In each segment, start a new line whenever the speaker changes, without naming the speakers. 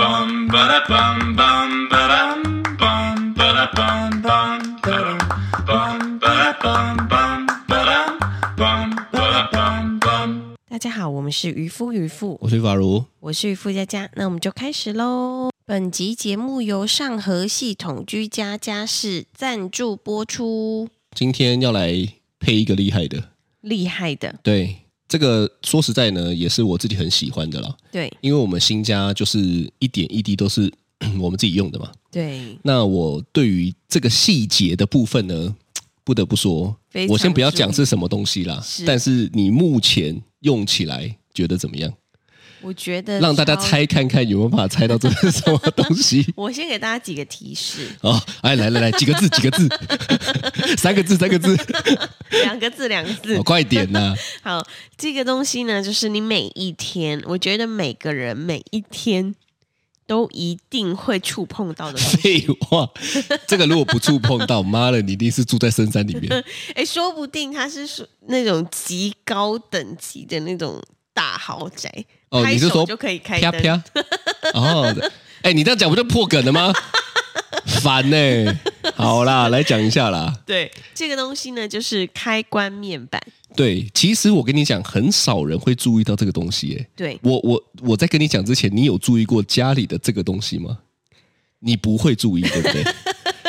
bum ba da bum bum ba dum bum ba da bum bum ba dum bum ba da bum bum ba dum bum ba da bum bum.
大家好，我们是渔夫渔妇，
我是法如，
我是渔夫佳佳，那我们就开始喽。本集节目由上合系统居家家事赞助播出，
今天要来配一个厉害的。
厉害的，
对，这个说实在呢，也是我自己很喜欢的啦，
对
因为我们新家就是一点一滴都是 我们自己用的嘛。
对，
那我对于这个细节的部分呢，不得不说
非，常
我先不要讲是什么东西啦，
是
但是你目前用起来觉得怎么样？
我觉得
让大家
超。。
猜看看有没有办法猜到这是什么东西，
我先给大家几个提示
哦，哎，来来来，几个字，几个字， 三个字，三个字，
两个字，两个 字
哦、。快点呐、
好，这个东西呢，就是你每一天，我觉得每个人每一天都一定会触碰到的东 西。
废话，这个如果不触碰到，妈的，你一定是住在深山里 面。
哎，说不定它是属那种极高等级的那种大豪宅，
哦，
拍
你是
手
说
就可以开
啪
灯。
啪？哦，哎、你这样讲不就破梗了吗？ 烦呢、好啦，来讲一下啦。
对，这个东西呢，就是开关面板。
对，其实我跟你讲，很少人会注意到这个东西、耶。
对，
我我我在跟你讲之前，你有注意过家里的这个东西吗？你不会注意，对不 对？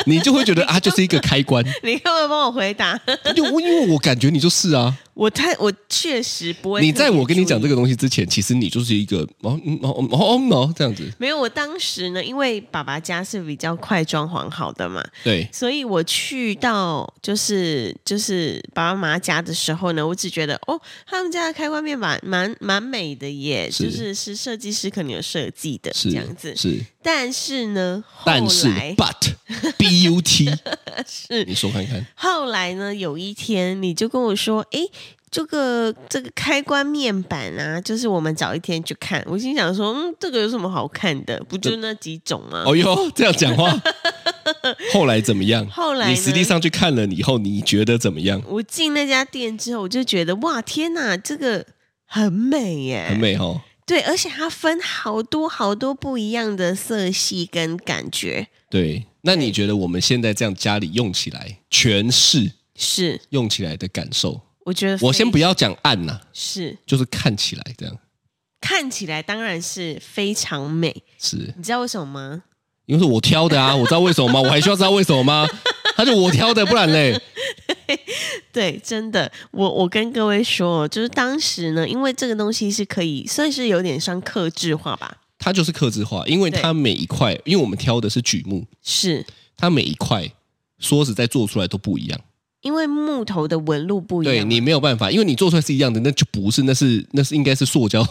你就会觉得啊，就是一个开关。
你可不可以帮我回答？
就因为我感觉你就是啊，
我太我确实不会。
你在我跟你讲这
个。
个东西之前，其实你就是一个哦嗯哦哦哦嗯哦这样子，
没有，我当时呢，因为爸爸家是比较快装潢好的嘛，
对，
所以我去到就是就是爸爸妈妈家的时候呢，我只觉得哦，他们家的开关面板蛮蛮美的耶，就
是
是是设计师可能有设计的
是
这样子。
是，
但是呢，后
但是
来
but b u t，
是
你说看看，
后来呢，有一天你就跟我说，诶，这个这个开关面板啊，就是我们早一天去看。我心想说，嗯，这个有什么好看的？不就那几种吗？
呃哦哟，这样 讲话，后来怎么样？
后来呢
你实际上去看了以后，你觉得怎么样？
我进那家店之后，我就觉得哇，天哪，这个很美耶，
很。美哦，
对，而且它分好多好多不一样的色系跟感觉，
对。那你觉得我们现在这样家里用起来，全是
是
用起来的感受？
我觉得
我先
非
不要讲暗呐、
是
就是看起来这样，
看起来当然是非常美，
是
你知道为什么吗？
因为是我挑的啊，我知道为什么吗？我还需要知道为什么吗？他就我挑的，不然嘞，
对，真的，我我跟各位说，就是当时呢，因为这个东西是可以算是有点像克制化吧，
它就是刻字化，因为它每一块，因为我们挑的是榉木，
是
它每一块说实在做出来都不一样。
因为木头的纹路不一样啊
对
嘛，
你没有办法，因为你做出来是一样的，那就不是，那是那是应该是塑胶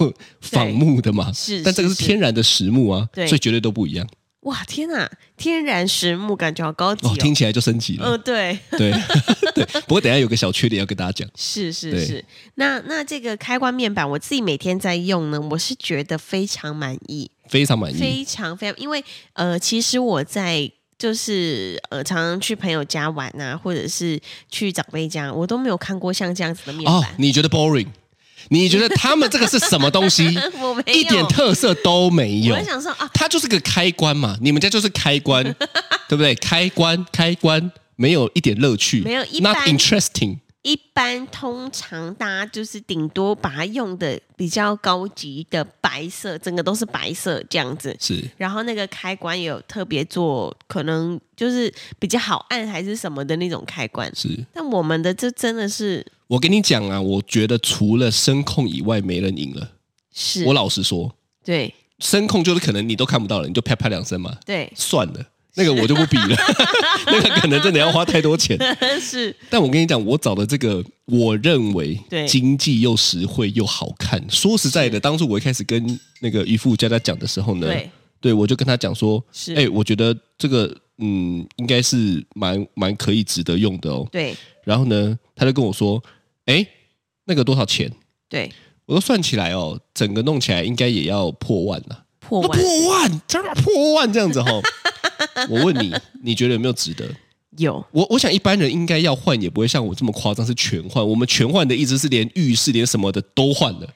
仿木的嘛。
是
但这个是天然的实木啊，
对
所以绝对都不一样。
哇，天哪，天然实木感觉好高级
哦，听起来就升级
嗯、
了。
对，
对 对，不过等一下有个小缺点要跟大家讲，
是是
对
是。那那这个开关面板，我自己每天在用呢，我是觉得非常满意，
非常满意。
非常非常，因为呃，其实我在。就是呃，常常去朋友家玩啊，或者是去长辈家，我都没有看过像这样子的面
哦
板，。
你觉得 boring？你觉得他们这个是什么东西？
我 没有
一点特色都没有
我在。想说啊，
它就是个开关嘛，你们家就是 开关，对不对？开关，开关，没有一点乐趣，
没有一般
，not interesting，
一般通常大家就是顶多把它用的比较高级的白色，整个都是白色这样子。
是
然后那个开关也有特别做，可能就是比较好按还是什么的那种开关。
是。
但我们的这真的是
我跟你讲啊，我觉得除了声控以外，没人赢了。
是，
我老实说，
对
声控就是可能你都看不到了，你就啪啪两声嘛，
对
算了，那个我就不比了，那个可能真的要花太多 钱。
是，
但我跟你讲，我找的这个，我认为
对
经济又实惠又好看。说实在的，当初我一开始跟那个渔夫佳佳讲的时候呢，
对
对，我就跟他讲说，
是，
哎、我觉得这个嗯，应该是蛮蛮可以值得用的哦。
对
然后呢，他就跟我说，哎、那个多少钱？
对
我都算起来哦，整个弄起来应该也要破万了、
破
那
万
破万，这破万这样子哈、哦。我问你，你觉得有没有值得？
有
我我想一般人应该要换，也不会像我这么夸张，是全换。我们全换的意思是连浴室连什么的都换了。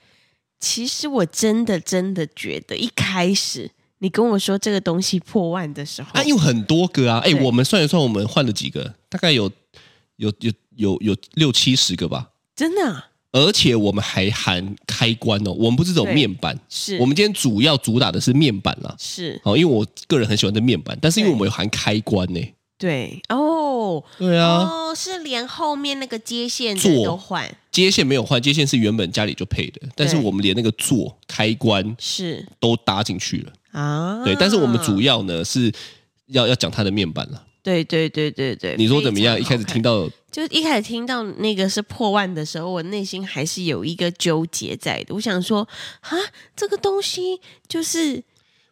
其实我真的真的觉得一开始你跟我说这个东西破万的时候，
啊，有很多个啊，哎、
哦对
我们算一算，我们换了几个，大概有有有有有六七十个吧，
真的啊
而且我们还含开关哦，我们不是走
对
面板，
是
我们今天主要主打的是面板啦。
是
好，因为我个人很喜欢这面板，但是因为
对
我们有含开关呢、
对哦
对啊，
哦，是连后面那个接线
座
的都换，
接线没有换，接线是原本家里就配的，但是
对
我们连那个座开关
是
都搭进去了。
啊，
对，但是我们主要呢是要要讲它的面板了。
对对对对对，
你说怎么样？一开始
到。
听到
就一开始听到那个是破万的时候，我内心还是有一个纠结在的。我想说，啊，这个东西就是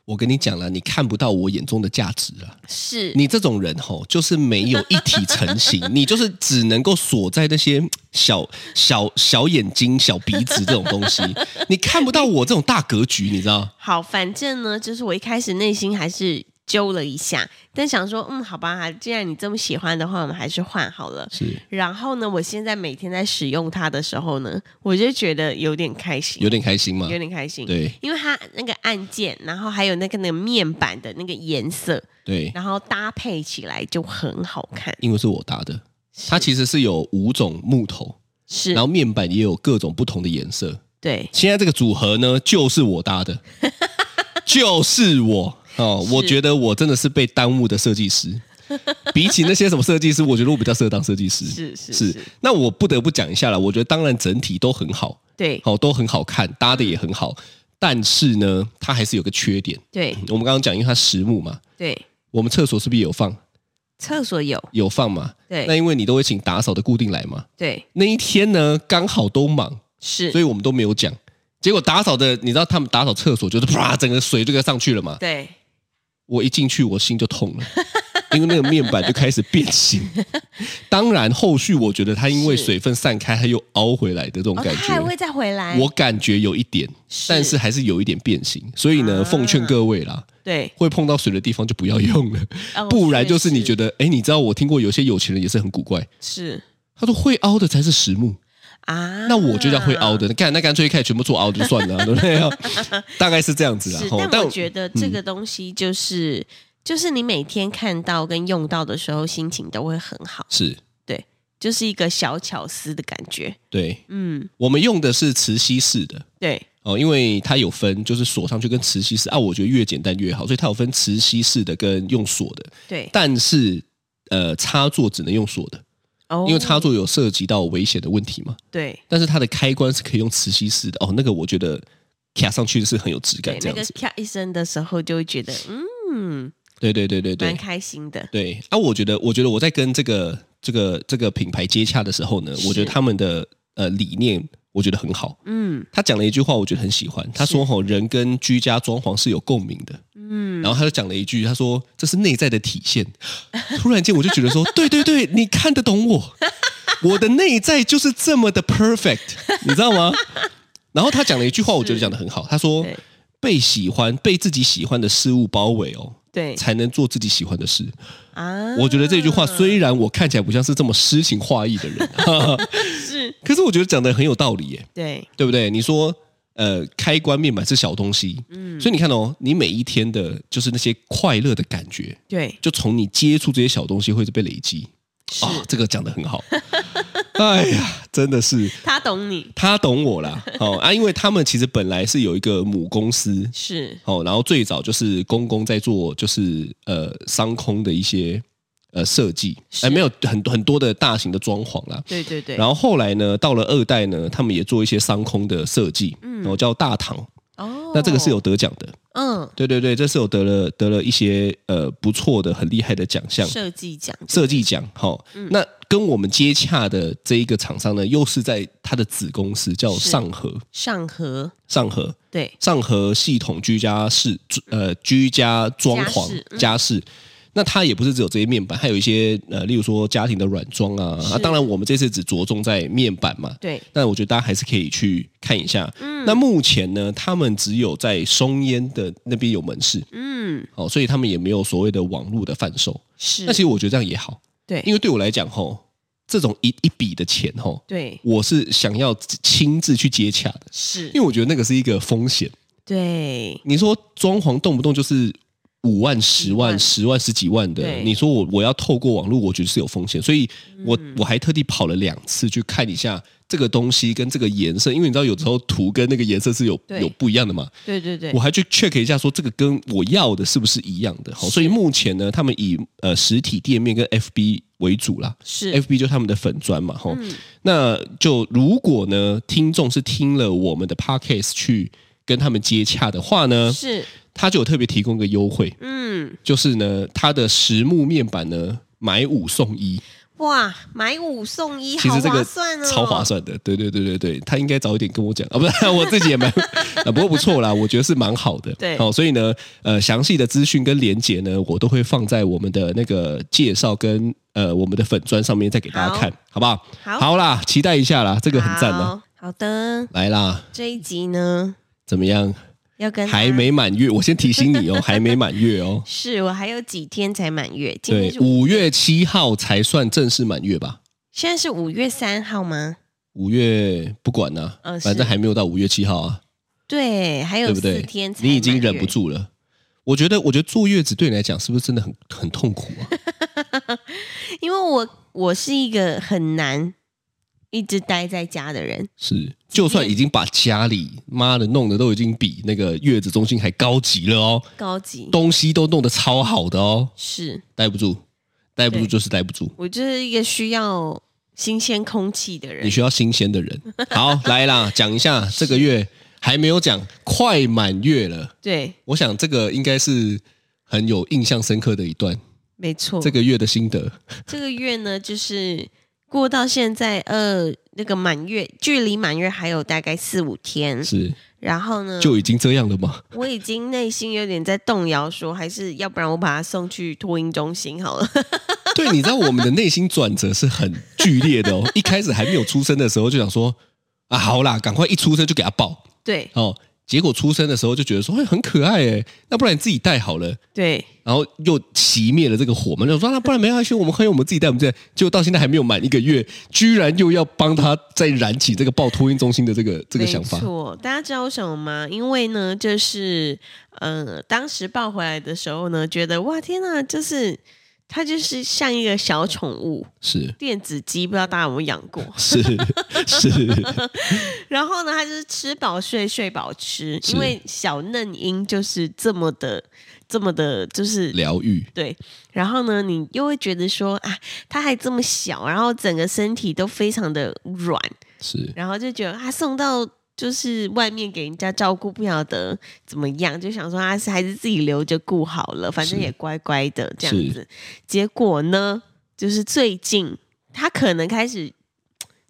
我跟你讲了，你看不到我眼中的价值啊！
是
你这种人吼，就是没有一体 成型，你就是只能够锁在那些小小小眼睛、小鼻子这种东 西，你看不到我这种大格局，你知道？
好，反正呢，就是我一开始内心还是揪了一下，但想说，嗯，好吧，既然你这么喜欢的话，我们还是换好了。
是
然后呢，我现在每天在使用它的时候呢，我就觉得有点开心，
有点开心吗
有？点开心，
对
因为它那个按键，然后还有那个那个面板的那个颜色，
对，
然后搭配起来就很好看。
因为是我搭的，它其实是有五种木头，
是
然，后面板也有各种不同的颜色。
对，
现在这个组合呢，就是我 搭的，就是我哦。
是
我觉得我真的是被耽误的设计师。比起那些什么设计师，我觉得我比较适合当设计师。
是是
是
是，
那我不得不讲一下了。我觉得当然整体都很好，
对
好、都很好看，搭的也很
嗯
好。但是呢，它还是有个缺点。
对
我们刚刚讲，因为它实木嘛，
对，
我们厕所是不是也有放？
厕所有，
有放嘛？那
对
因为你都会请打扫的固定来嘛。
对
那一天呢，刚好都忙，
是
所，以我们都没有讲。结果打扫的，你知道他们打扫厕所就是啪，整个水就给上去了嘛。
对
我一进去，我心就痛了， 因为那个面板就开始变形。当然，后续我觉得它因为
是
水分散开，它又凹回来的这种
哦，
感
他还
觉，
会再回来，
我感觉有一点，但是还是有一点变形。所以呢，
啊
奉劝各位啦，
对，
会碰到水的地方就不要用了，
哦
不然就是你觉
得
得，哎，你知道我听过有些有钱人也是很古怪，
是
他说会凹的才是实木。
啊？
那我就叫会凹的，干那干脆一开始全部做凹就 算了啊、对不对啊？大概是这样子啊
是。，
吼
但我觉得这个东西就是。就是你每天看到跟用到的时候，心情都会很好，
是
就是一个小巧思的感觉。
对，
嗯，
我们用的是磁吸式的
对，
哦，因为它有分，就是锁上去跟磁吸式啊，我觉得越简单越好，所以它有分磁吸式的跟用锁的，
对，
但是呃，插座只能用锁的，
哦
因为插座有涉及到危险的问题嘛。
对
但是它的开关是可以用磁吸式的哦，那个我觉得卡上去是很有质感
对，那
这样
个
子。
啪一声的时候，就会觉得嗯，
对对对对对
蛮，开心的。
对啊，我觉得，我觉得我在跟这个这个这个品牌接洽的时候呢，
是
我觉得他们的呃理念，我觉得很好。
嗯
他讲了一句话，我觉得很喜欢。他说：“吼，人跟居家装潢是有共鸣的。”
嗯，
然后他就讲了一句，他说：“这是内在的体现。” 突然间，我就觉得说，对对对，你看得懂我， 我的内在就是这么的 perfect，你知道吗？然后他讲了一句话，我觉得讲的很好。他说
对：“
被喜欢，被自己喜欢的事物包围哦，
对
才能做自己喜欢的事。”
啊，
我觉得这句话虽然我看起来不像是这么诗情画意的人，哈哈
是
可是我觉得讲的很有道理耶，
对
对不对？你说，呃，开关面板是小东西，嗯，所以你看哦，你每一天的就是那些快乐的感觉，
对
就从你接触这些小东西会被累积。
是
啊、这个讲的很好。 哎呀，真的是
他懂你，
他懂我啦。哦啊，因为他们其实本来是有一个母公司，
是
哦，然后最早就是公公在做，就是呃商空的一些呃设计，
是
哎，没有很很多的大型的装潢啦。
对对对。
然后后来呢，到了二代呢，他们也做一些商空的设计，嗯，然后叫大唐。
哦，
那这个是有得奖的，
嗯
对对对，这是有得了得了一些呃不错的、很厉害的奖项，
设计奖
设计奖。好、
嗯
那跟我们接洽的这一个厂商呢，又是在他的子公司叫
是
上合，
上合
上合，
对
上合系统居家室呃居家装潢
嗯家饰嗯
家饰。那它也不是只有这些面板，还有一些呃，例如说家庭的软装啊。
是
啊，当然我们这次只着重在面板嘛，
对
但我觉得大家还是可以去看一下。那目前呢，他们只有在松烟的那边有门市，
嗯
哦，所以他们也没有所谓的网络的贩售。
是
那其实我觉得这样也好，
对
因为对我来讲，吼，这种一一笔的钱，吼，
对
我是想要亲自去接洽的，
是
因为我觉得那个是一个风险。
对
你说装潢动不动就是五万、十万、
万
十万、十几万的，
对
你说我我要透过网络，我觉得是有风险，所以我、
嗯
我还特地跑了两次去看一下这个东西跟这个颜色，因为你知道有时候图跟那个颜色是有
对
有不一样的嘛，
对对对
我，还去 check 一下说这个跟我要的是不是一样的。好，所以目前呢，他们以呃实体店面跟 FB 为主啦。
是嗯
FB 就是他们的粉砖嘛，吼、那就如果呢，听众是听了我们的 podcast 去跟他们接洽的话呢，
是，
他就有特别提供一个优惠，
嗯，
就是呢，它的实木面板呢买五送一，
哇，买五送一，
其
好
实这
划
个
算哦，
超划算的，对对对对对，他应该早一点跟我讲啊，不 是我自己也蛮，啊不过 不错啦，我觉得是蛮好的，
对
好、所以呢，呃，详细的资讯跟连结呢，我都会放在我们的那个介绍跟呃我们的粉砖上面再给大家看，好不好？
好
啦，期待一下啦，这个很赞哦啦，
好。好的，
来啦，
这一集呢，
怎么样？
要跟
还
大家
没满月，我先提醒你哦，还没满月哦，
是我还有几天才满月，今天
对
是，五，
五月七号才算正式满月吧。
现在是五月三号吗？
五月不管呐、
嗯是
反正还没有到五月七号啊，
对，还
对
有
不对
四天才？
你已经
满月
忍不，住了。我觉得，我觉得坐月子对你来讲是不是真的很很痛苦 啊？
因为我我是一个很难一直待在家的人，
是，就算已经把家里妈的弄得都已经比那个月子中心还高级了哦，
高级
东西都弄得超好的哦，
是
待不住，待不住
对
就是待不住。
我就是一个需要新鲜空气的
你
人。
需要新鲜的人。 好，来啦，讲一下这个月还没有讲，快满月了。
对，
我想这个应该是很有印象深刻的一段，
没错。
这个月的心得。
这个月呢，就是过到现在，呃，那个满月，距离满月还有大概四五天。
是
然后呢，
就已经这样了吗？
我已经内心有点在动摇说，还是要不然我把他送去托婴中心好了。
对，你知道我们的内心转折是很剧烈 的哦。一开始还没有出生的时候就想说啊，好啦，赶快一出生就给他抱
对
哦。结果出生的时候就觉得说，哎、很可爱哎，那不然你自己带好了。
对，
然后又熄灭了这个火嘛，就说啊那不然没关系，我们可以我们自己带，我们自己带。结果到现在还没有满一个月，居然又要帮他再燃起这个报托运中心的这个这个想法
没，错，大家知道为什么吗？因为呢，就是呃，当时抱回来的时候呢，觉得哇天呐，就是它就是像一个小宠物
是
电子鸡，不知道大家有没有养过？
是是
然后呢，它就是吃饱睡，睡饱吃，
是
因为小嫩婴就是这么的，这么的，就是
疗愈，
对，然后呢，你又会觉得说啊，他还这么小，然后整个身体都非常的软，
是
然后就觉得他送到就是外面给人家照顾，不晓得怎么样，就想说啊，还是自己留着顾好了，反正
是
也乖乖的这样
是
子。结果呢，就是最近他可能开始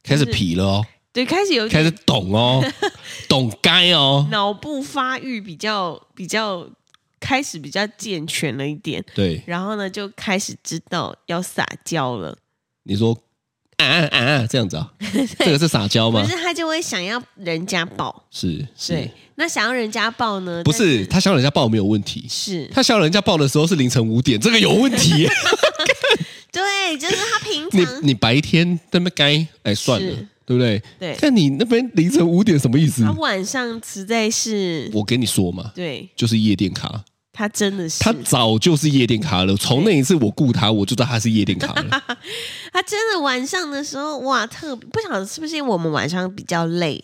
开始皮了哦，
对开始有
开始
点
懂哦， 懂该哦，
脑部发育比较比较开始比较健全了一点，
对，
然后呢就开始知道要撒娇了。
你说啊啊啊啊这样子啊， 这个是撒娇吗
不？是，他就会想要人家抱。
是是
对，，那想要人家抱呢？
不
但
是他想要人家抱没有问题，
是，
他想要人家抱的时候是凌晨五点，这个有问题 耶。
对，就是他平
你
常
你白天在那边该哎算了
是，
对不对？
对啊
看你那边凌晨五点什么意思
他？晚上实在是，
我跟你说嘛，
对
就是夜店咖，
他真的是，
他
他
早就是夜店咖了。从那一次我雇他，我就知道他是夜店咖了。
真的晚上的时候哇，特别不晓得是不是因为我们晚上比较累，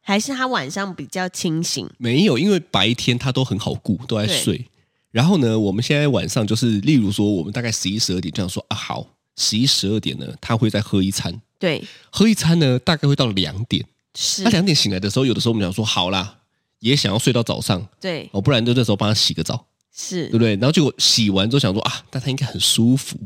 还是他晚上比较清醒，
没有，因为白天他都很好顾，都在
对
睡。然后呢，我们现在晚上就是，例如说，我们大概十一十二点这样说啊，好，十一十二点呢，他会再喝一餐，
对，
喝一餐呢，大概会到两点。
是
他，两点醒来的时候，有的时候我们讲说，好啦，也想要睡到早上，
对，
哦，不然就那时候帮他洗个澡。
是
对不，对？然后结果洗完之后想说啊，但他应该很舒服，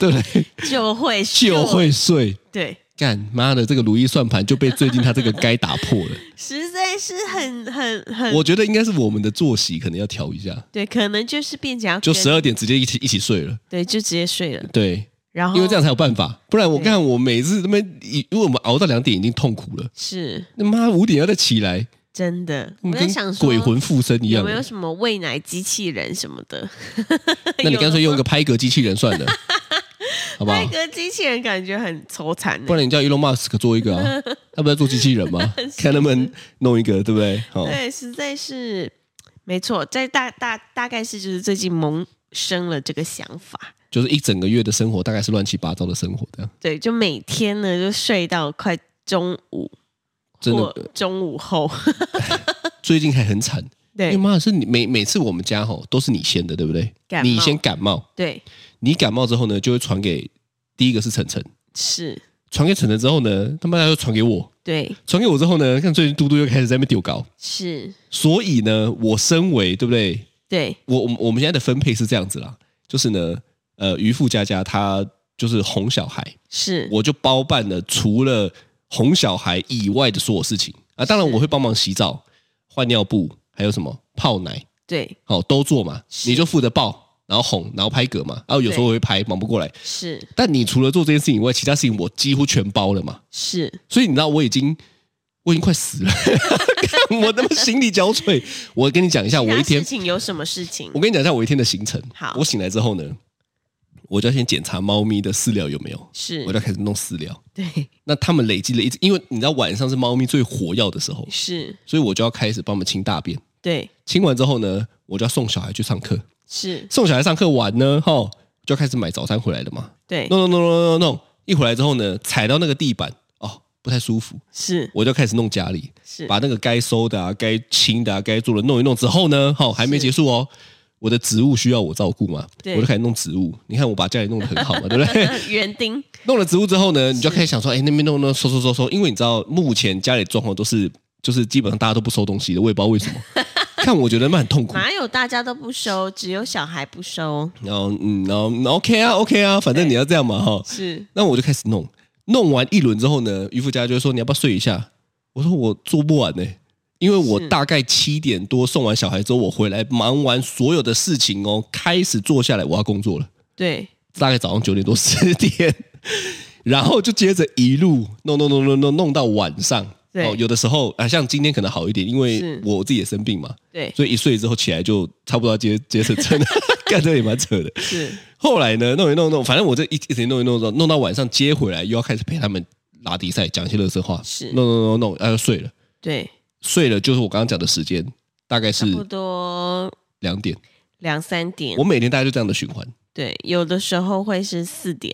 对不对？
就会
就会睡。
对，
干妈的，这个如意算盘就被最近他这个该打破了。
实在是很很很，
我觉得应该是我们的作息可能要调一下，
对，可能就是变成要
就
跟
十二点直接一起一起睡了。
对，就直接睡了，
对，
然后
因为这样才有办
哦
法，不然我
对
看我每次他妈，因为我们熬到两点已经痛苦了，
是
那妈五点要再起来，
真的，我在
跟
想说
鬼魂附身一
有
样
没有
了。
什么喂奶机器人什么的？
那你干脆用一个拍嗝机器人算了，好不好
那？个机器人感觉很愁惨呢欸
不。然你叫 Elon Musk 做一个啊，他不是在做机器人吗？看能不能弄一个，对不对？好，
对，实在是没错，在大大大概是就是最近萌生了这个想法，
就是一整个月的生活大概是乱七八糟的生活，这样
对，就每天呢就睡到快中午
真
或
的
中午后，
最近还很惨。因为
对
妈的是你每每次我们家吼都是你先的，对不对
感？冒
你先感冒，
对
你感冒之后呢，就会传给第一个是晨晨，
是，
传给晨晨之后呢，他妈的又传给我，
对
传给我之后呢，看最近嘟嘟又开始在那边丢高，
是，
所以呢，我身为对不对？
对
我我们我们现在的分配是这样子啦，就是呢，呃，渔夫佳佳她就是哄小孩，
是，
我就包办了除了哄小孩以外的所有事情啊，当然
是
我会帮忙洗澡、换尿布，还有什么泡奶，
对
好、都做嘛，
是
你就负责抱，然后哄，然后拍嗝嘛，然后啊有时候
对
我会拍，忙不过来。
是
但你除了做这件事情以外，其他事情我几乎全包了嘛，
是，
所以你知道我已经。我已经快死了， 看我他妈行李憔悴。我跟你讲一下，
其
我
他
一天
事情有什么事情
我？跟你讲一下我一天的行程。
好
我醒来之后呢，我就要先检查猫咪的饲料有没有，
是
我就要开始弄饲料。
对
那它们累积了一直，因为你知道晚上是猫咪最活跃的时候，
是，
所以我就要开始帮它们清大便。
对
清完之后呢，我就要送小孩去上课。
是，
送小孩上课完呢，吼，就要开始买早餐回来了嘛。
对
弄弄弄弄弄弄，一回来之后呢，踩到那个地板哦，不太舒服，
是
我就开始弄家里。
是
把那个该收的啊、该清的啊、该做的弄一弄之后呢，好、还没结束哦。我的植物需要我照顾嘛，
对
我就开始弄植物。你看我把家里弄得很好嘛，对不 对？
园丁
弄了植物之后呢，你就开始想说，哎，那边弄弄收收收收，因为你知道目前家里状况都是，就是基本上大家都不收东西的，我也不知道为什 么。看我觉得那很痛苦。
哪有大家都不收，只有小孩不收，
然后嗯，然后嗯 OK 啊 OK 啊，反正你要这样嘛哈、
是
那我就开始弄，弄完一轮之后呢，渔夫家就会说你要不要睡一下？我说我做不完呢、因为我
是
大概七点多送完小孩之后，我回来忙完所有的事情哦，开始坐下来我要工作了，
对
大概早上九点多十点，然后就接着一路弄弄弄弄弄弄到晚上。
对
有的时候啊，像今天可能好一点，因为
是
我自己也生病嘛，
对
所以一睡之后起来就差不多要接接着真的， 干这也蛮扯的。
是
后来呢，弄一弄弄，反正我这一一直弄一弄弄，弄到晚上接回来，又要开始陪他们拉迪赛，讲一些乐色话，
是
弄弄弄弄，然后睡了，
对，
睡了就是我刚刚讲的时间，大概
差
是
不多
两点。
两三点
我，每天大概就这样的循环，
对，有的时候会是四点，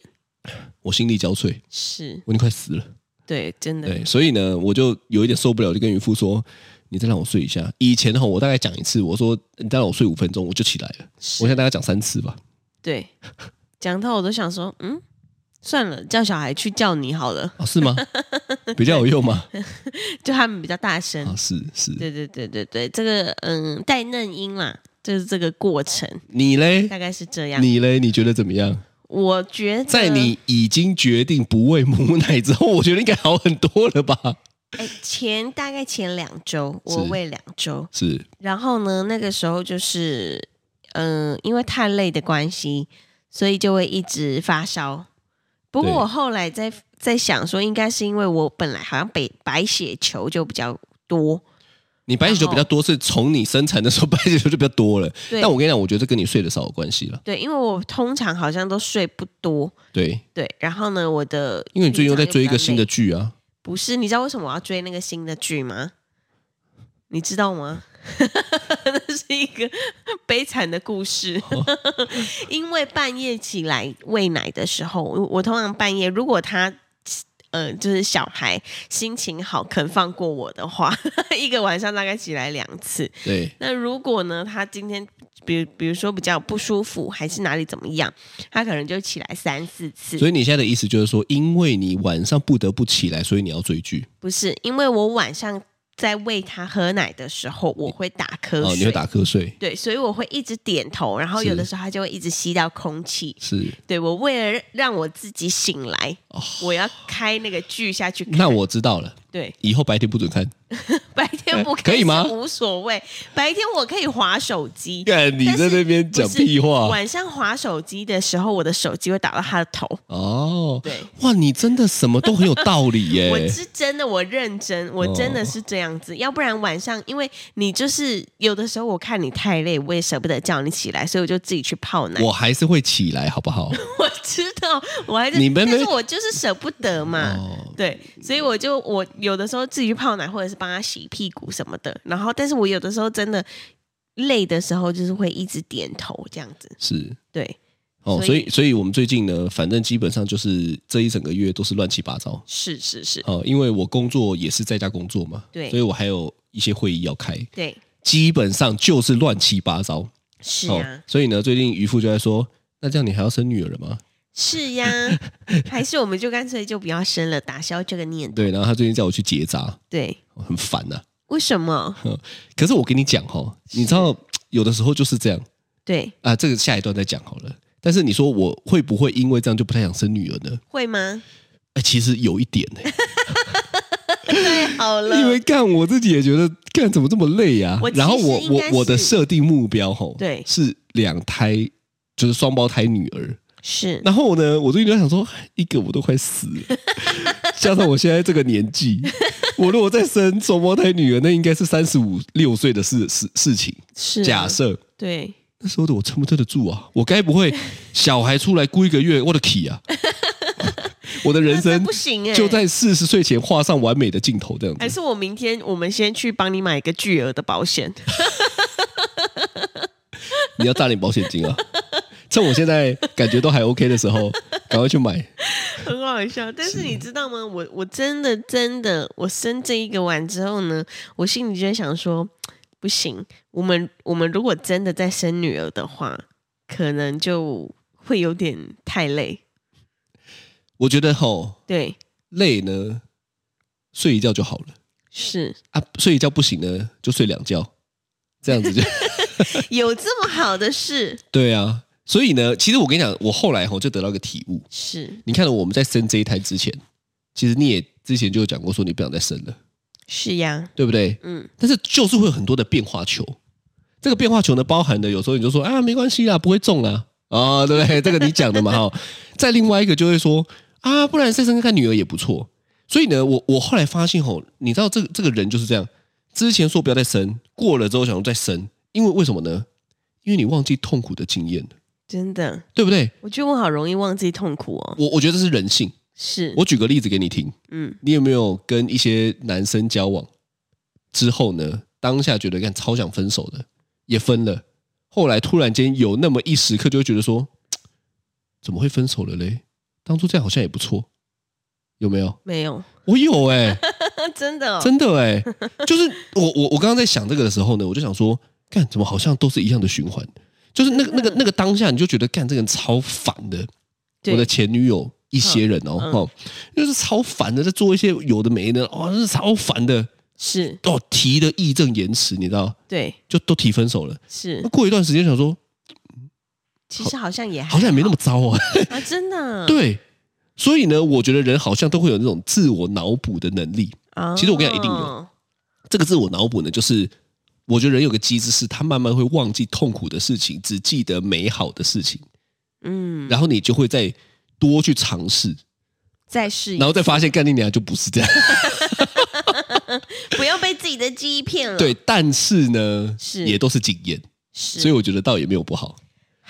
我心力交瘁，
是
我已经快死了。
对，真的
对，所以呢，我就有一点受不了，就跟渔夫说：“你再让我睡一下。”以前哈，我大概讲一次，我说：“你再让我睡五分钟，我就起来了。”
是
我现在大概讲三次吧。
对，讲到我都想说，嗯，算了，叫小孩去叫你好了，
啊，是吗？比较有用吗？
就他们比较大声，
啊，是是。
对对对对对，这个嗯带嫩音啦，就是这个过程
你嘞？
大概是这样。
你嘞？你觉得怎么样？
我觉得
在你已经决定不喂母奶之后，我觉得应该好很多了吧？
哎前大概前两周，
是
我喂两周，
是
然后呢那个时候就是嗯、因为太累的关系，所以就会一直发烧。不过
对
我后来在在想说，应该是因为我本来好像白白血球就比较多，
你白血球比较多，是从你生产的时候白血球就比较多了。
对
但我跟你讲，我觉得这跟你睡得少有关系了。
对，因为我通常好像都睡不多，
对，
对。然后呢，我的
因为你最近又在追
平常
一
又
个
比较
新的
累
剧啊，
不是，你知道为什么我要追那个新的剧吗？你知道吗？ 那是一个悲惨的故事， 因为半夜起来喂奶的时候，我我通常半夜如果他。呃，就是小孩心情好，肯放过我的话， 一个晚上大概起来两次。
对
那如果呢，他今天比如比如说比较不舒服，还是哪里怎么样，他可能就起来三四次。
所以你现在的意思就是说，因为你晚上不得不起来，所以你要追剧
不是，因为我晚上在喂他喝奶的时候，我会打瞌睡，
哦，你会打瞌睡，
对，所以我会一直点头，然后
是
有的时候他就会一直吸到空气。
是
对我为了让我自己醒来，我要开那个剧下去看。
哦那我知道了，
对
以后白天不准看。
白天不看
哎可以吗
是无所谓，白天我可以划手机。
看你
但
在
是
那边讲
不是
屁话
晚上划手机的时候，我的手机会打到他的头。
哦，
对，
哇，你真的什么都很有道理耶。
我是真的，我认真，我真的是这
哦
样子。要不然晚上，因为你就是有的时候我看你太累，我也舍不得叫你起来，所以我就自己去泡奶。
我还是会起来，好不好？
我知道，我还是
你们没
但是我就是舍不得嘛。
哦
对，所以我就我有的时候自己去泡奶，或者是帮他洗屁股什么的。然后，但是我有的时候真的累的时候，就是会一直点头这样子。
是
对，
哦，
所
所
以
以所以我们最近呢，反正基本上就是这一整个月都是乱七八糟
是是是，
哦，因为我工作也是在家工作嘛，
对
所以我还有一些会议要开，
对，
基本上就是乱七八糟。哦
是啊呀、
所以呢，最近渔夫就在说，那这样你还要生女儿了吗？
是呀、还是我们就干脆就不要生了，打消这个念头。
对，然后他最近叫我去结扎，
对，
我很烦呐、
为什 么？
可是我跟你讲哦，你知道有的时候就是这样
对，
啊，这个下一段再讲好了。但是你说我会不会因为这样就不太想生女儿呢？
会吗？
哎，其实有一点呢、
太好了，
因为干我自己也觉得干怎么这么累呀、
我其实
然后我
应该
我我的
是
设定目标吼，
对
是两胎，就是双胞胎女儿。
是
然后呢，我最近就在想说，一个我都快死了， 加上我现在这个年纪，我如果再生双胞胎女儿，那应该是三十五六岁的事事事情。
是啊
假设
对，
那时候的我撑不撑得住啊？我该不会小孩出来估一个月，我的 key 啊！我的人
那真
生
不行哎、
就在四十岁前画上完美的镜头，这样
还
子。
是我明天我们先去帮你买一个巨额的保险，
你要炸点保险金啊！ 趁我现在感觉都还 OK 的时候，赶快去买。
很好笑。但是你知道吗？我我真的真的，我生这一个完之后呢，我心里就在想说，不行，我们我们如果真的再生女儿的话，可能就会有点太累。
我觉得吼
对，
累呢，睡一觉就好了。
是
啊，睡一觉不行呢，就睡两觉，这样子就
有这么好的事，
对啊。所以呢，其实我跟你讲，我后来吼就得到一个体悟。
是
你看了我们在生这一胎之前，其实你也之前就有讲过说你不想再生了，
是呀，
对不对？
嗯，
但是就是会有很多的变化球。这个变化球呢，包含的有时候你就说啊，没关系啦，不会中啦，啊、对不对？ 这个你讲的嘛哈、再另外一个就会说啊，不然再生看看女儿也不错。所以呢，我我后来发现吼，你知道这个这个人就是这样，之前说不要再生，过了之后想要再生，因为为什么呢？因为你忘记痛苦的经验了，
真的，
对不对？
我觉得我好容易忘记痛苦哦。
我我觉得这是人性。
是，
我举个例子给你听，
嗯，
你有没有跟一些男生交往之后呢？当下觉得干超想分手的，也分了。后来突然间有那么一时刻，就会觉得说，嘖怎么会分手了嘞？当初这样好像也不错，有没有？
没有，
我有哎、
真的、哦，
真的哎、就是我我我刚刚在想这个的时候呢，我就想说，干怎么好像都是一样的循环？就是那个那个那个当下，你就觉得干这个人超烦的，
对
我的前女友一些人哦，
嗯
哦，就是超烦的，在做一些有的没的，哦，这是超烦的，
是，
哦，提的义正言辞，你知道，
对，
就都提分手了。
是
那，过一段时间想说，
其实好像也还
好像也没那么糟啊，
啊，真的。
对。所以呢，我觉得人好像都会有那种自我脑补的能力。
哦，
其实我跟你讲一定有这个自我脑补呢，就是我觉得人有个机制是，他慢慢会忘记痛苦的事情，只记得美好的事情，
嗯，
然后你就会再多去尝试，
再试一
然后再发现干你娘就不是这样。
次，不要被自己的记忆骗了。
对，，但是呢，
嗯是
也都是经验，
是，
所以我觉得倒也没有不好。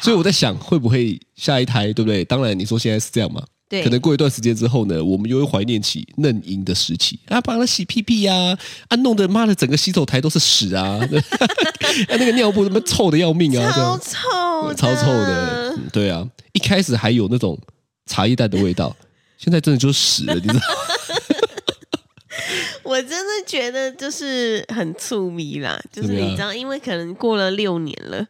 所以我在想，会不会下一胎，对不对？当然，你说现在是这样嘛，
对，
可能过一段时间之后呢，我们又会怀念起嫩婴的时期啊，帮他洗屁屁呀、啊，弄得妈的整个洗手台都是屎啊， 啊那个尿布他妈臭的要命啊，这
超
样
臭，
超臭的、。嗯对啊，一开始还有那种茶叶蛋的味道，现在真的就是屎了，你 知道？
我真的觉得就是很醋迷啦，就是
怎么样
你知道，因为可能过了六年了。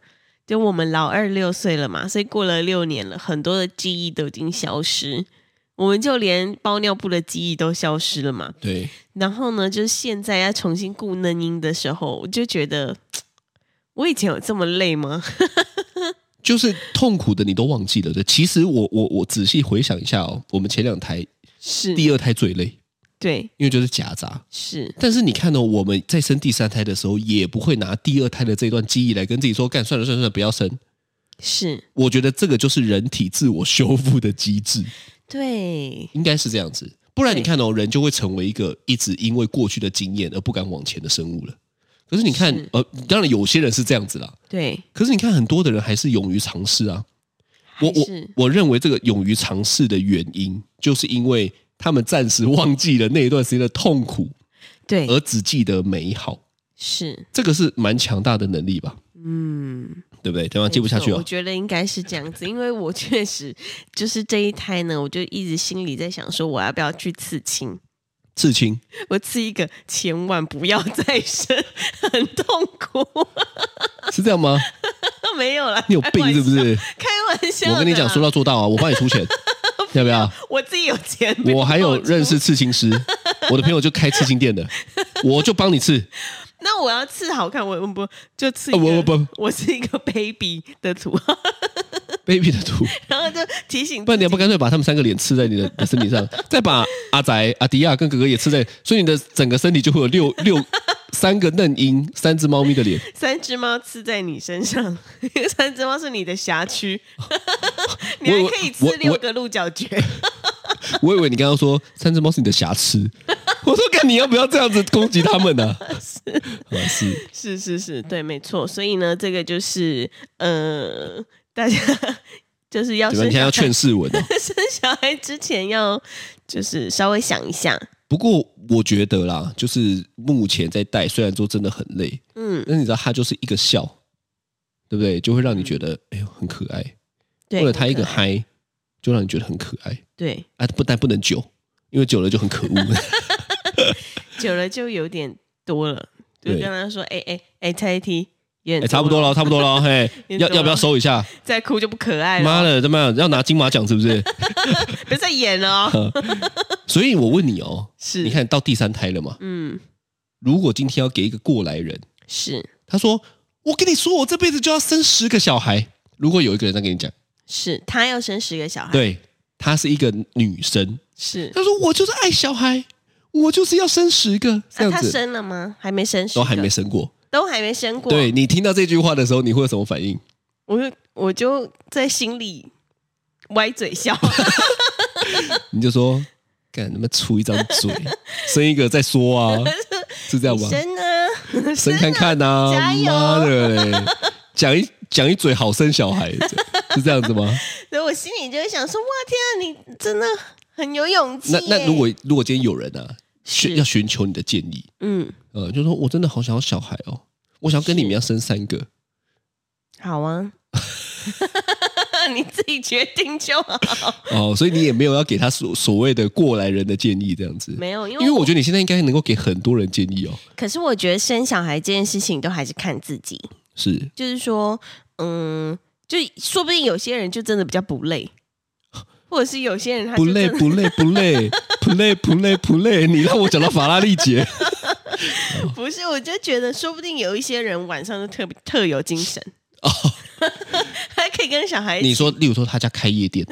就我们老二六岁了嘛，所以过了六年了，很多的记忆都已经消失，我们就连包尿布的记忆都消失了嘛。
对，
然后呢，就是现在要重新顾嫩音的时候，我就觉得我以前有这么累吗？
就是痛苦的你都忘记了的。其实我我我仔细回想一下哦，我们前两胎，
嗯是，
第二胎最累，
对，
因为就是夹杂。
是
但是你看哦，我们在生第三胎的时候，也不会拿第二胎的这段记忆来跟自己说，干算了算了算了，不要生。
是，
我觉得这个就是人体自我修复的机制，
对，
应该是这样子。不然
对
你看哦，人就会成为一个一直因为过去的经验而不敢往前的生物了。可是你看
是，
呃，当然有些人是这样子啦，
对，
可是你看很多的人还是勇于尝试啊。我
还
我
是
我认为这个勇于尝试的原因，就是因为他们暂时忘记了那一段时间的痛苦，
对，
而只记得美好。
是，
这个是蛮强大的能力吧？
嗯，
对不对？对吗？接不下
没
去
错
啊
我！觉得应该是这样子，因为我确实就是这一胎呢，我就一直心里在想说，我要不要去刺青？
刺青，
我刺一个，千万不要再生，很痛苦。
是这 样吗？
没有啦，
你有
开
病
玩
是不是？
笑？开玩笑的
我
啦，
跟你讲，说到做到啊！我帮你出 钱，要不要？
我自己有钱，
我还有认识刺青师，我的朋友就开刺青 店的，我就帮你刺。
那我要刺好看，我不就刺一
啊
个？
不不
我是一个 baby 的图，
baby 的图，
然后就提醒
不然你要不干脆把他们三个脸刺在你的 身体上，再把阿宅、阿迪亚跟哥哥也刺在，所以你的整个身体就会有六六三个嫩鹰，三只猫咪的脸。
三只猫刺在你身上， 三只猫是你的辖 区，你还
我
可以刺
我
六
我
个鹿角 蕨，
我以为你刚刚说三只猫是你的瑕 疵，我说看你要不要这样子攻击他们呢、啊？是，
是是是，对，没错。所以呢，这个就是呃，大家 就是要
怎么
生
样你现在
小
要
孩
劝世文哦？
生小孩之前要就是稍微想一下，
不过我觉得啦，就是目前在带，虽然说真的很累，
嗯，
但是你知道他就是一个笑，对不对？就会让你觉得、哎呦很可爱，
嗯对，
或者他一
很
个
可爱
嗨，就让你觉得很可爱。
对，
啊，不但不能久，因为久了就很可 恶。
久了就有点多了，就
对
跟他说，哎哎哎，蔡一提也
哎、差不多了，差不多了，嘿，
你哎
要
走了
要不要收一下？
再哭就不可爱了，哦
妈，的，怎么样？要拿金马奖是不 是？
别再演了 哦，
所以我问你哦，
是，
你，看到第三胎了嘛？
嗯，
如果今天要给一个过来人，
是
他说：“我跟你说，我这辈子就要生十个小孩。”如果有一个人在跟你讲，
是，他要生十个小孩，，
对，她是一个女生，
是，啊
她说：“我就是爱小孩，我就是要生十个。”这
那
样
啊他
子、
生了吗？还没生，
都还没，生过。
都还没生过，
对，你听到这句话的时候，你会有什么反应？
我就我就在心里歪嘴 笑，
你就说：“干他妈出一张 嘴，生一个再说啊。”是这样吧？
生啊，
生看看呐、
加油
妈的嘞，讲一讲一嘴好生 小孩，这是这样子吗？
所以我心里就会想说，哇，天啊，你真的很有勇气
那
耶。
那如果如果今天有人啊，
是
寻要寻求你的建议，
嗯，
呃，就说我真的好想要小孩哦，我想要跟你们一样生三个，
好啊， 你自己决定就 好。
哦，所以你也没有要给他所所谓的过来人的建议这样子，
没有，因
因
为
为我觉得你现在应该能够给很多人建议哦，
可是我觉得生小孩这件事情都还是看自己，
是
就是说，嗯，就说不定有些人就真的比较不 累，或者是有些人他就
不累
真的
不累不 累不累不累不累，你让我讲到法拉利姐，
不是，我就觉得说不定有一些人晚上就特别特有精神
哦
哦，还可以跟小孩一起
你说，例如说他家开 夜店，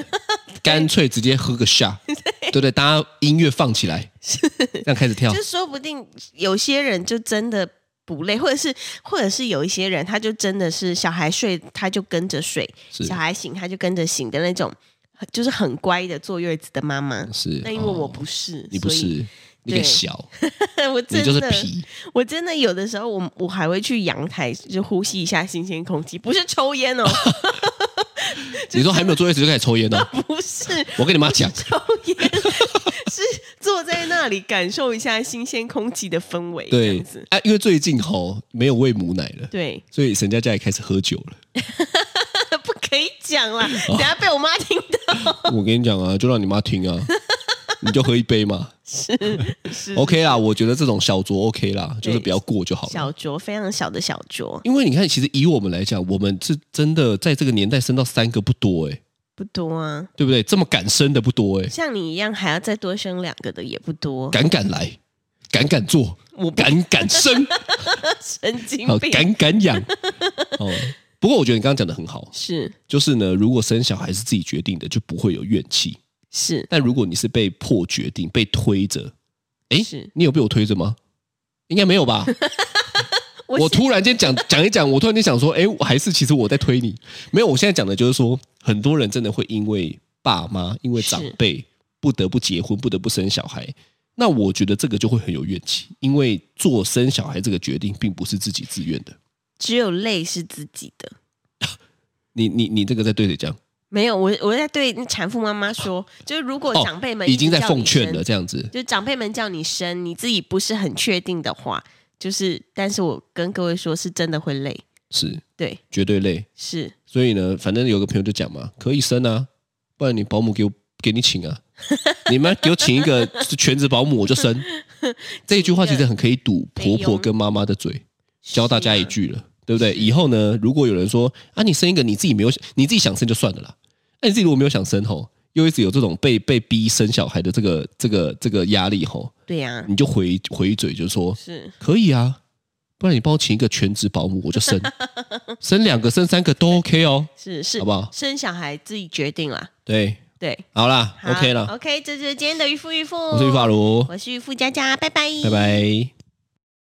干脆直接喝个下，对不对？大家音乐放起来，这样开始跳
就，说不定有些人就真的不累，或者是或者是有一些人他就真的是小孩睡他就跟着睡，
是
小孩醒他就跟着醒的那种，就是很乖的坐月子的妈妈。
是。
那因为我不
哦，
是，
你不
所以，
是，你很
对
小，
我
你
真
就是
的，
皮。
我真的有的时候我我还会去阳台就呼吸一下新鲜空气，不是抽 烟哦，
你说还没有坐月子就开始抽烟哦？
不是，
我跟你妈 讲，
抽烟，是坐在那里感受一下新鲜空气的氛围，这
对
样子，
啊，因为最近吼没有喂母奶了，
对，
所以沈佳佳也开始喝酒了。
不可以讲啦，
哦
等下被我妈听到。
我跟你讲啊，就让你妈 听啊，你就喝一杯嘛。
是
OK 啦，我觉得这种小酌 OK 啦，就是
对
不要过就好了。
小酌，非常小的小酌，
因为你看，其实以我们来讲，我们是真的在这个年代生到三个不多哎、
不多啊。
对不对？这么敢生的不多哎、
像你一样还要再多生两个的也不 多，
敢敢来，敢敢做，
我不
敢敢 生，
神经
好
病。
敢敢养。哦，不过我觉得你刚刚讲的很好，
是
就是呢，如果生小孩是自己决定的，就不会有怨气；
是
但如果你是被迫决定、被推着，诶
是，
你有被我推着吗？应该没有吧？
我
我
是
突然间讲 讲一讲，我突然间想说，哎，我还是其实我在推你。没有，我现在讲的就是说，很多人真的会因为爸妈、因为长
是
辈不得不结婚、不得不生小孩。那我觉得这个就会很有怨气，因为做生小孩这个决定并不是自己自愿的。
只有累是自己的，
你你你这个在对谁讲？
没有，我我在对产妇妈妈说，就是如果长辈们、
哦已经在奉劝了，，这样子。
就长辈们叫你生，你自己不是很确定的话，就是，但是我跟各位说，是真的会累，
是
对，
绝对累。
是，
所以呢，反正有个朋友就讲嘛，可以生啊，不然你保姆给我给你请啊，你们给我请一个全职保姆我就生。这一句话其实很可以堵婆婆跟妈妈的嘴，
啊
教大家一句了，对不对？以后呢，如果有人说啊，你生一个你自己没有你自己想生就算了啦，哎那、你自己如果没有想生吼，又一直有这种被被逼生小孩的这个这个这个压力吼，
对呀、
你就回回嘴就说
是，
可以啊，不然你帮我请一个全职保姆，我就生，生两个、生三个都 OK 哦。
是是，
好不好
生小孩自己决定啦，
对，
对
好啦
好
o k 了，
，OK，这就是今天的渔夫渔夫，
我是玉发，如，啊
我是渔夫佳佳，拜拜，
拜。拜。